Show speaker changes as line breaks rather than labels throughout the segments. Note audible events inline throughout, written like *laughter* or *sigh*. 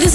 this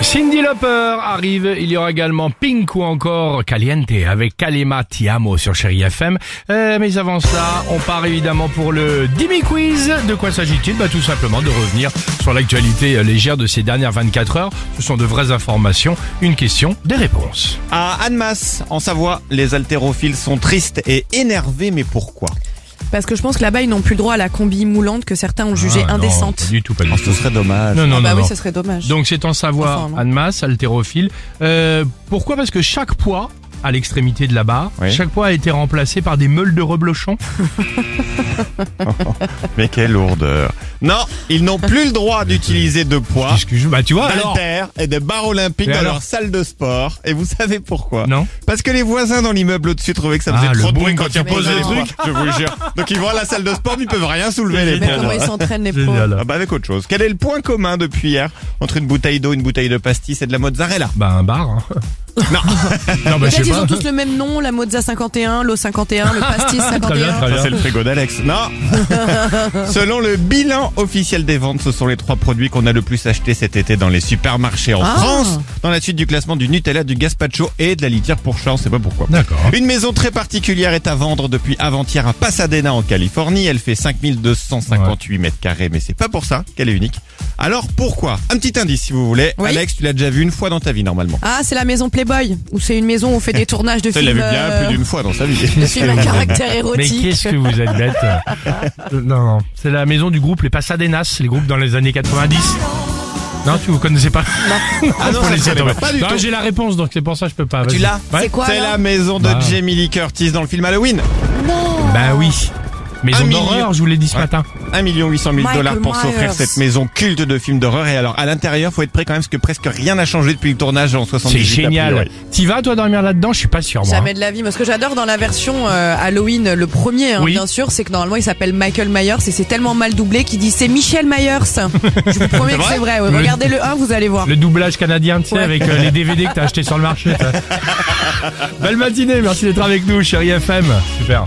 Cindy Lauper arrive, il y aura également Pink ou encore Caliente avec Kalema Tiamo sur Chéri FM. Euh, mais avant ça, on part évidemment pour le Dimi Quiz. De quoi s'agit-il bah, Tout simplement de revenir sur l'actualité euh, légère de ces dernières 24 heures. Ce sont de vraies informations, une question, des réponses.
À Annemasse, en Savoie, les haltérophiles sont tristes et énervés, mais pourquoi
Parce que je pense que là-bas, ils n'ont plus le droit à la combi moulante que certains ont jugée
Ah, non,
indécente.
pas du tout, pas du
Ce
tout.
serait dommage.
Non, non,
Ah bah
non,
oui,
non.
Ah, ça serait dommage.
Donc c'est en savoir
Enfin, non.
Annemasse, haltérophile. Euh, pourquoi Parce que chaque poids à l'extrémité de la barre,
Oui.
chaque poids a été remplacé par des meules de reblochon.
Mais quelle lourdeur. Non, ils n'ont plus le droit d'utiliser de poids,
Excuse- bah tu vois alors.
d'haltères et de barres olympiques
Et
dans
alors
leur salle de sport. Et vous savez pourquoi
Non.
Parce que les voisins dans l'immeuble au-dessus trouvaient que ça faisait
Ah, le
trop de
boum
bruit
quand
quand
tu
ils
poses
posaient
le
les poids, Je vous jure. Donc ils vont à la salle de sport, mais ils peuvent rien soulever les
Mais
pauvres.
comment ils s'entraînent les pros
Génial.
Ah bah avec autre chose. Quel est le point commun depuis hier entre une bouteille d'eau, une bouteille de pastis et de la mozzarella
Bah un bar. hein. *laughs* Non, bah je
Peut-être
sais
ils ont
pas.
tous le même nom, la Mozza 51, l'eau 51, le pastis
*laughs* Très bien, très
51.
Ça, c'est
bien.
le frigo d'Alex.
*laughs*
Non Selon le bilan officiel des ventes, ce sont les trois produits qu'on a le plus achetés cet été dans les supermarchés en
Ah.
France, dans la suite du classement du Nutella, du gazpacho et de la litière pour chat, on sait pas pourquoi.
D'accord.
Une maison très particulière est à vendre depuis avant-hier à Pasadena en Californie. Elle fait 5258 mètres carrés, mais c'est pas pour ça qu'elle est unique. Alors pourquoi Un petit indice si vous voulez.
Oui.
Alex, tu l'as déjà vu une fois dans ta vie normalement.
Ah, c'est la maison Playboy, où c'est une maison où on fait des tournages de
Tu
films.
l'as vu
euh,
bien plus d'une fois dans sa vie.
de films à caractère
Mais
érotique.
qu'est-ce que vous êtes bête Euh, Non, non. c'est la maison du groupe Les Pasadenas, les groupes dans les années 90. Non, tu vous connaissez pas *laughs*
Ah non,
Faut
ça,
laisser
je connais
tomber.
pas du
Non,
tout.
j'ai la réponse, donc c'est pour ça que je peux pas.
Tu
vas-y.
l'as
Ouais.
C'est quoi
C'est
alors
la maison de
Bah.
Jamie Lee Curtis dans le film Halloween.
Bah oui. Maison
Un million.
d'horreur, je vous l'ai dit ce
Ouais.
matin.
1 million 800 000
Michael
dollars pour s'offrir
Myers.
cette maison culte de films d'horreur. Et alors, à l'intérieur, faut être prêt quand même parce que presque rien n'a changé depuis le tournage en 78.
C'est
a
génial.
priori.
T'y vas, toi, dormir là-dedans Je suis pas sûr, moi. hein.
Jamais de la vie. Mais ce que j'adore dans la version euh, Halloween, le premier, hein,
Oui.
bien sûr, c'est que normalement il s'appelle Michael Myers et c'est tellement mal doublé qu'il dit c'est Michel Myers.
*laughs*
Je vous promets que c'est vrai. ouais.
Oui.
Regardez le 1, vous allez voir.
Le doublage canadien, tu sais,
Ouais.
avec euh, les DVD que t'as acheté sur le marché.
*laughs*
t'as. Belle matinée, merci d'être avec nous, chérie FM. Super.